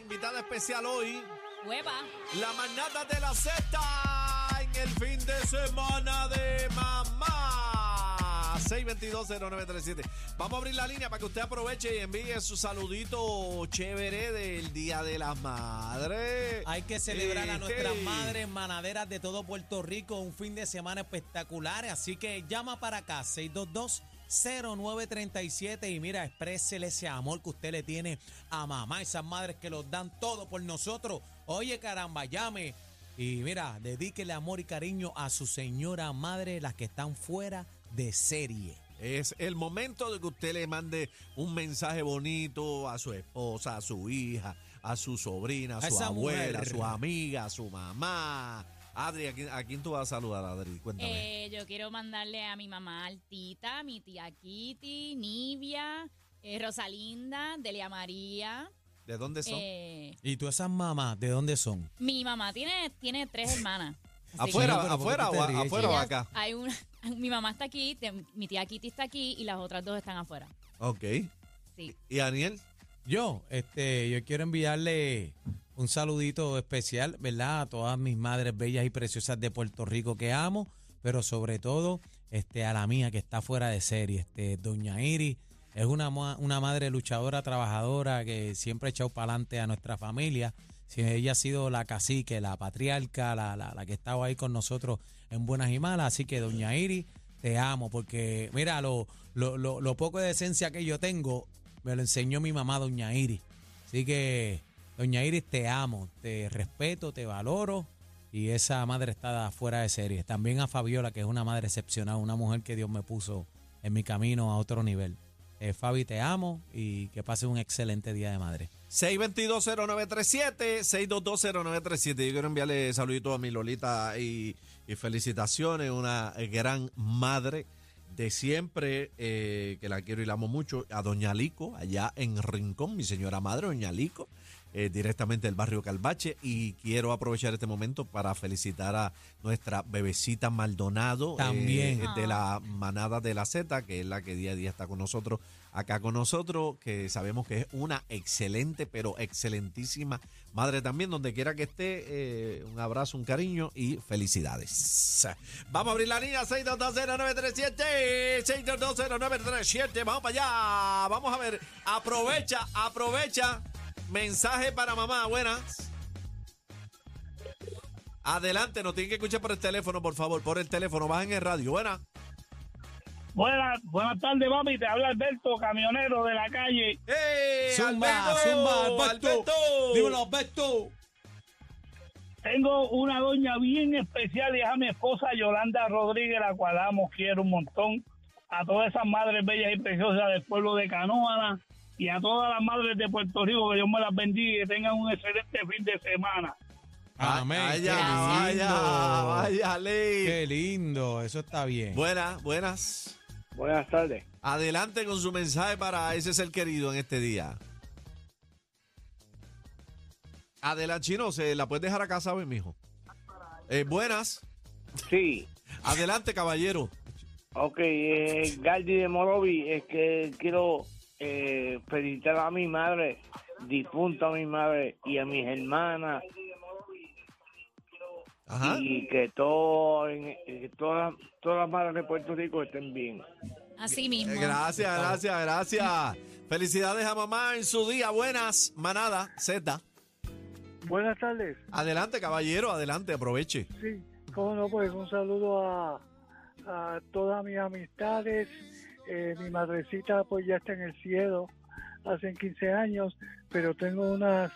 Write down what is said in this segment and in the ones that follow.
invitada especial hoy, Hueva. la manada de la Z en el fin de semana de mamá. 6220937. Vamos a abrir la línea para que usted aproveche y envíe su saludito chévere del Día de las Madres. Hay que celebrar a Eh, nuestras hey. madres manaderas de todo Puerto Rico un fin de semana espectacular. Así que llama para acá, 622-0937 y mira, exprésele ese amor que usted le tiene a mamá, esas madres que los dan todo por nosotros. Oye, caramba, llame. Y mira, dedíquele amor y cariño a su señora madre, las que están fuera de serie. Es el momento de que usted le mande un mensaje bonito a su esposa, a su hija, a su sobrina, a, A su esa abuela, a mujer. su amiga, a su mamá. Adri, ¿a quién, a quién tú vas a saludar, Adri? Cuéntame. Eh, yo quiero mandarle a mi mamá Altita, mi tía Kitty, Nivia, eh, Rosalinda, Delia María. ¿De dónde son? Eh, ¿Y tú esas mamás, de dónde son? mi mamá tiene, tiene tres hermanas. Así que- ¿Afuera, Sí, pero ¿por qué afuera, tú te o a- ríes, afuera o Ellas- acá? Hay una, mi mamá está aquí, te- mi tía Kitty está aquí y las otras dos están afuera. Ok. Sí. ¿Y Daniel? Yo, este, yo quiero enviarle un saludito especial, ¿verdad? A todas mis madres bellas y preciosas de Puerto Rico que amo, pero sobre todo, este, a la mía que está fuera de serie, este, Doña Iri. Es una, ma- una madre luchadora, trabajadora, que siempre ha echado para adelante a nuestra familia. Si ella ha sido la cacique, la patriarca, la, la, la que estaba ahí con nosotros en buenas y malas. Así que, Doña Iri, te amo, porque mira, lo, lo, lo, lo poco de decencia que yo tengo, me lo enseñó mi mamá, Doña Iris. Así que, Doña Iris, te amo, te respeto, te valoro. Y esa madre está fuera de serie. También a Fabiola, que es una madre excepcional, una mujer que Dios me puso en mi camino a otro nivel. Eh, Fabi, te amo y que pases un excelente día de madre. 6220937, 6220937. Yo quiero enviarle saluditos a mi Lolita y, y felicitaciones. Una gran madre de siempre, eh, que la quiero y la amo mucho. A Doña Lico, allá en Rincón, mi señora madre, Doña Lico, eh, directamente del barrio Calvache. Y quiero aprovechar este momento para felicitar a nuestra bebecita Maldonado. eh, También. de la manada de la Z, que es la que día a día está con nosotros, acá con nosotros, que sabemos que es una excelente, pero excelentísima madre también, donde quiera que esté, eh, un abrazo, un cariño y felicidades. Vamos a abrir la línea 6220937, 6220937, vamos para allá, vamos a ver, aprovecha, aprovecha, mensaje para mamá, buenas. Adelante, nos tienen que escuchar por el teléfono, por favor, por el teléfono, bajen el radio, buenas. Buenas, buenas tardes, papi. Te habla Alberto, camionero de la calle. ¡Ey! Zumba, ¡Eh, Alberto, zumba, Alberto. Dímelo, Alberto. Tengo una doña bien especial y es a mi esposa Yolanda Rodríguez, la cual amo, quiero un montón. A todas esas madres bellas y preciosas del pueblo de Canoana y a todas las madres de Puerto Rico, que Dios me las bendiga y que tengan un excelente fin de semana. Amén. Ah, Vaya, Qué lindo. vaya, vaya, Ley. Qué lindo, eso está bien. Buenas, buenas. Buenas tardes. Adelante con su mensaje para ese ser querido en este día. Adelante, Chino, se la puedes dejar acá, ¿sabes, mijo? Eh, buenas. Sí, Adelante, caballero. ok, eh, Galdi de Morovi, es que quiero eh, felicitar a mi madre, difunta a mi madre y a mis hermanas Ajá. y que, todo, en- eh, que todas, todas las madres de Puerto Rico estén bien. Así mismo. Eh, Gracias, gracias, gracias. Felicidades a mamá en su día. Buenas, manada, Z. Buenas tardes. Adelante, caballero, adelante, aproveche. Sí, cómo no, pues un saludo a, a todas mis amistades. Eh, mi madrecita pues ya está en el cielo hace 15 años, pero tengo unas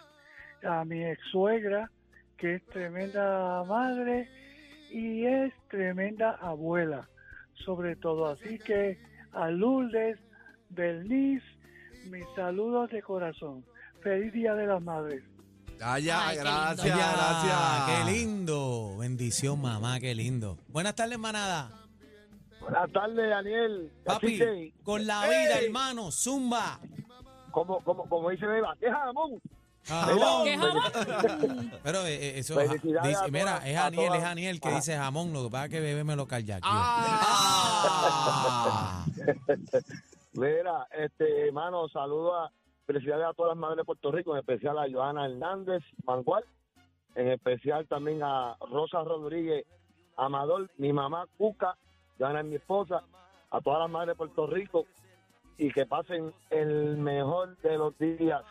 a mi ex suegra que es tremenda madre y es tremenda abuela, sobre todo. Así que a Lourdes, Bernice, mis saludos de corazón. Feliz Día de las Madres. Allá, Ay, qué lindo. gracias, Ya, gracias. Qué lindo. Bendición, mamá, qué lindo. Buenas tardes, manada. Buenas tardes, Daniel. Papi, Cacique, con la ¡Ey! vida, hermano. Zumba. como, como, como dice Beba, ¿qué jamón? Jamón. ¡Qué jamón! Ah, Pero eh, eh, eso Felicidades dice- a todas- mira, es a Aniel, todas. Ah. es Aniel que dice jamón, lo que pasa es que bebé me lo carjaqueó. Ah. Mira, este, hermano, saludo a Felicidades a todas las madres de Puerto Rico, en especial a Joana Hernández Mangual, en especial también a Rosa Rodríguez Amador, mi mamá Cuca, Joana es mi esposa, a todas las madres de Puerto Rico y que pasen el mejor de los días.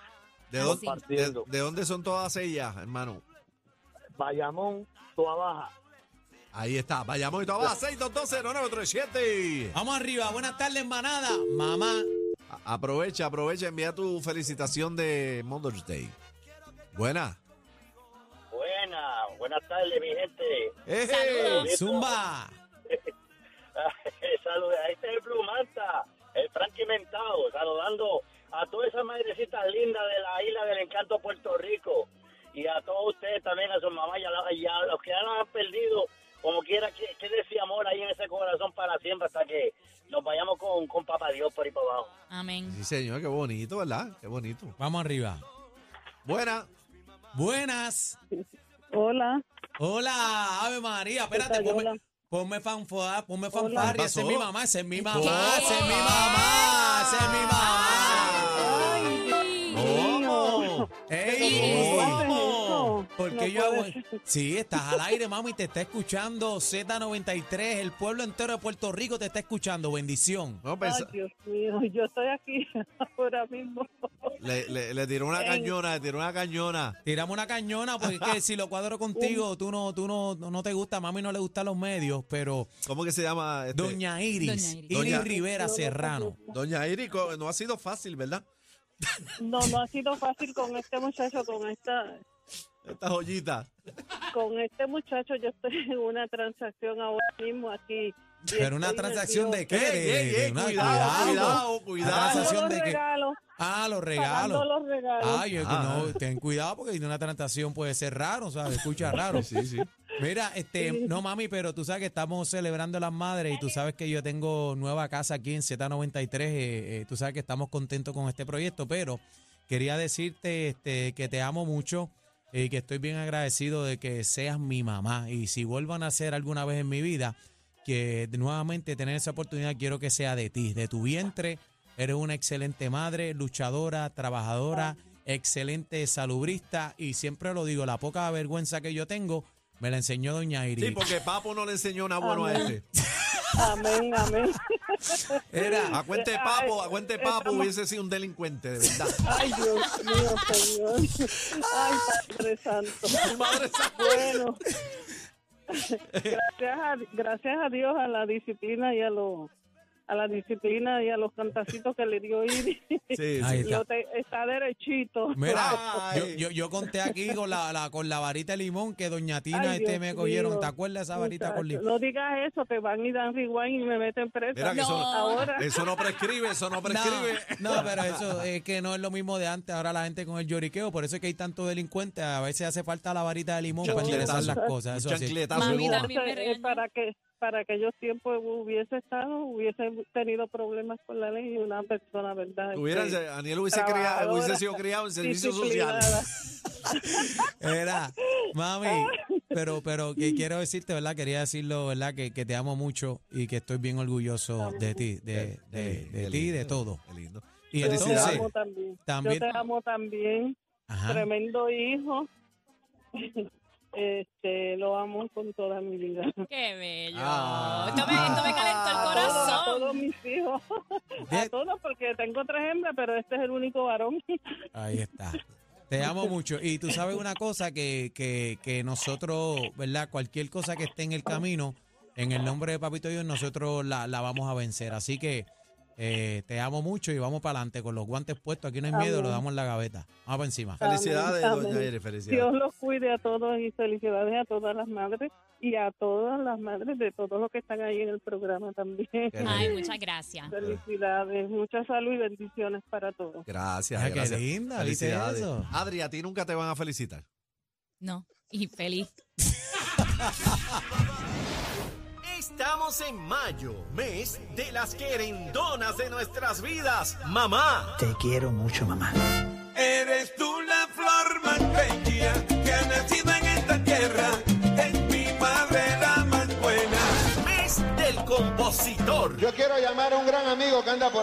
¿De, dónde- Compartiendo. de- de dónde son todas ellas, hermano? Bayamón, Toa Baja. Ahí está, vayamos y todo va, 6220937. Vamos arriba, buenas tardes, manada. Mamá, A- Aprovecha, aprovecha, envía tu felicitación de Mother's Day. Buena. Buena, buenas tardes, mi gente. ¡Eje! Saludos. zumba. Saludos, ahí está el Plumanta, el Frankie Mentado, saludando a todas esas madrecitas lindas de la isla del encanto Puerto Rico y a todos ustedes también, a sus mamás y a, la- y a los que ya nos han perdido, como quiera, que, que ese amor ahí en ese corazón para siempre hasta que nos vayamos con, con Papá Dios por ahí para abajo. Amén. Sí, señor, qué bonito, ¿verdad? Qué bonito. Vamos arriba. Buena. Buenas. Hola, Hola, Ave María. Espérate, tal? ponme, Hola. ponme fanfar, ponme fanfarria. Esa es ¿Pasó? mi mamá, esa es mi mamá, ¿Qué? esa es mi mamá, esa es mi mamá. Ah. ¿Cómo? ¡Ey! ¿Cómo haces ¿Cómo? eso? No Porque yo hago... puede ser. Sí, estás al aire, mami, te está escuchando Z93, el pueblo entero de Puerto Rico te está escuchando, bendición. No, Ay, pensa- Dios mío, yo estoy aquí ahora mismo. le, le- le tiró una Ey. cañona, le tiró una cañona. Tiramos una cañona porque es que si lo cuadro contigo, tú no tú no, no te gusta, mami no le gustan los medios, pero ¿Cómo que se llama? este? Doña Iris, Doña Iris. Iris Doña- Rivera Serrano. Doña Iris, co- no ha sido fácil, ¿verdad? No, no ha sido fácil con este muchacho, con esta, Esta joyita. con este muchacho. Yo estoy en una transacción ahora mismo aquí. y Pero una estoy transacción de nerviosa. qué? Ey, De- ey, de ey, una- cuidado, cuidado, Ah, cuidado. sí. Pagando transacción de los qué? regalos, Ah, los pagando regalos. los regalos. Ay, yo- Ah. no, ten cuidado porque una transacción puede ser raro, ¿sabes? Escucha raro. Sí, sí. Mira, este, no mami, pero tú sabes que estamos celebrando las madres y tú sabes que yo tengo nueva casa aquí en Z93. eh, eh, tú sabes que estamos contentos con este proyecto, pero quería decirte este, que te amo mucho y que estoy bien agradecido de que seas mi mamá. Y si vuelvan a ser alguna vez en mi vida, que nuevamente tener esa oportunidad quiero que sea de ti, de tu vientre. Eres una excelente madre, luchadora, trabajadora, excelente salubrista y siempre lo digo, la poca vergüenza que yo tengo me la enseñó doña Iris. Sí, porque Papo no le enseñó nada bueno a este. Amén, amén. Era, A cuente Ay, eh, Papo, a cuente Papo estamos- hubiese sido un delincuente, de verdad. Ay, Dios mío, Señor. Ay, Padre Santo. Madre santa. Bueno, gracias a, gracias a Dios a la disciplina y a los a la disciplina y a los cantacitos que le dio Iris. Sí, Ahí sí. está. Lo te- está derechito. mira, yo, Ay. yo- yo conté aquí con la, la- con la varita de limón que doña Tina Ay, este, Dios me cogieron. mío. ¿Te acuerdas esa varita con Muchacho, limón? No digas eso, te van y dan rewind y me meten presa. Mira que eso- Ahora, Eh, Eso no prescribe, eso no prescribe. No, no, pero eso es que no es lo mismo de antes. Ahora la gente con el lloriqueo, por eso es que hay tanto delincuente. A veces hace falta la varita de limón para enderezar las cosas. Un Eso sí. chancletazo en Mami, una. también me eh, regañó. para que para aquellos tiempos hubiese estado, hubiese tenido problemas con la ley y una persona, ¿verdad? Tuvieran- Este, Daniel hubiese, criado- hubiese sido criado en servicios sociales. disciplinada. Era, mami, pero, pero que quiero decirte, ¿verdad? Quería decirlo, ¿verdad? Que, que te amo mucho y que estoy bien orgulloso de ti, de, de, Qué de ti y lindo, de todo. qué lindo. Y Yo te entonces, amo también. también- Ah. Yo te amo también. ajá, Tremendo hijo. Este, lo amo con toda mi vida. Qué bello. Ah. Esto, me, esto me calentó el A todos, a corazón. todos mis hijos. A de- todos, porque tengo tres hembras, pero este es el único varón. ahí está. Te amo mucho. Y tú sabes una cosa que, que, que nosotros, ¿verdad? Cualquier cosa que esté en el camino, en el nombre de Papito Dios, nosotros la, la vamos a vencer. Así que eh, te amo mucho y vamos para adelante con los guantes puestos. Aquí no hay miedo, lo damos en la gaveta. Vamos para encima. Felicidades, Amén, doña amén. Iris, felicidades. Dios los cuide a todos y felicidades a todas las madres y a todas las madres de todos los que están ahí en el programa también. Qué Ay, lindo. muchas gracias. Felicidades, mucha salud y bendiciones para todos. Gracias, Ah, qué gracias. linda, ¿viste Felicidades. eso? Adri, a ti nunca te van a felicitar. No, y feliz. Estamos en mayo, mes de las querendonas de nuestras vidas. Mamá. Te quiero mucho, mamá. Eres tú la flor más bella que ha nacido en esta tierra. Es mi madre la más buena. Mes del compositor. Yo quiero llamar a un gran amigo que anda por